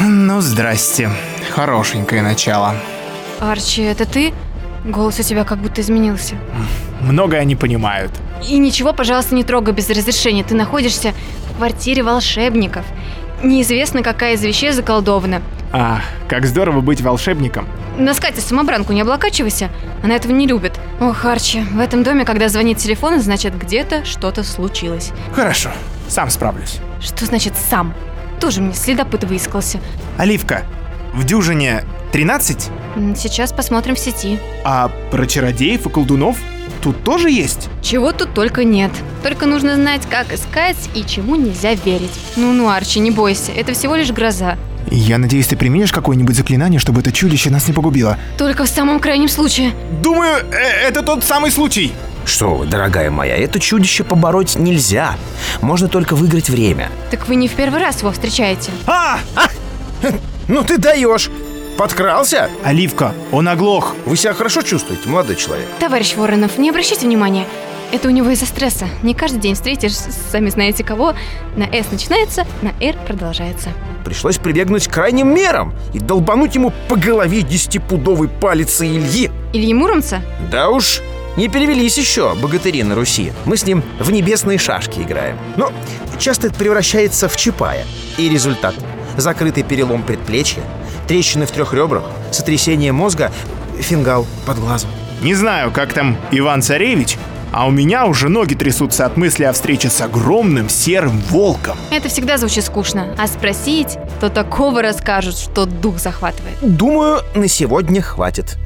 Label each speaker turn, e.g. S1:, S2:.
S1: Ну, здрасте. Хорошенькое начало.
S2: Арчи, это ты? Голос у тебя как будто изменился.
S1: Многое они понимают.
S2: И ничего, пожалуйста, не трогай без разрешения. Ты находишься в квартире волшебников. Неизвестно, какая из вещей заколдована.
S1: Ах, А, как здорово быть волшебником.
S2: Наскать самобранку не облокачивайся. Она этого не любит. Ох, Арчи, в этом доме, когда звонит телефон, значит, где-то что-то случилось.
S1: Хорошо, сам справлюсь.
S2: Что значит сам? Тоже мне следопыт выискался.
S1: Оливка, в дюжине 13?
S2: М, Сейчас посмотрим в сети.
S1: А про чародеев и колдунов тут тоже есть?
S2: Чего тут только нет. Только нужно знать, как искать и чему нельзя верить. Ну-ну, Арчи, не бойся, это всего лишь гроза.
S1: Я надеюсь, ты применишь какое-нибудь заклинание, чтобы это чудище нас не погубило.
S2: Только в самом крайнем случае.
S1: Думаю, э, это тот самый случай.
S3: Что вы, дорогая моя, это чудище побороть нельзя. Можно только выиграть время.
S2: Так вы не в первый раз его встречаете.
S3: А! А! Ну ты даешь! Подкрался?
S1: Оливка, он оглох.
S3: Вы себя хорошо чувствуете, молодой человек?
S2: Товарищ Воронов, не обращайте внимания. Это у него из-за стресса. Не каждый день встретишь, с- сами знаете кого. На «С» начинается, на «Р» продолжается.
S3: Пришлось прибегнуть к крайним мерам и долбануть ему по голове десятипудовой палицей Ильи.
S2: Ильи Муромца?
S3: Да уж, не перевелись еще богатыри на Руси. Мы с ним в небесные шашки играем. Но часто это превращается в Чапая. И результат – закрытый перелом предплечья, трещины в трех ребрах, сотрясение мозга, фингал под глазом.
S1: Не знаю, как там Иван Царевич, а у меня уже ноги трясутся от мысли о встрече с огромным серым волком.
S2: Это всегда звучит скучно. А спросить, то такого расскажут, что дух захватывает.
S3: Думаю, на сегодня хватит.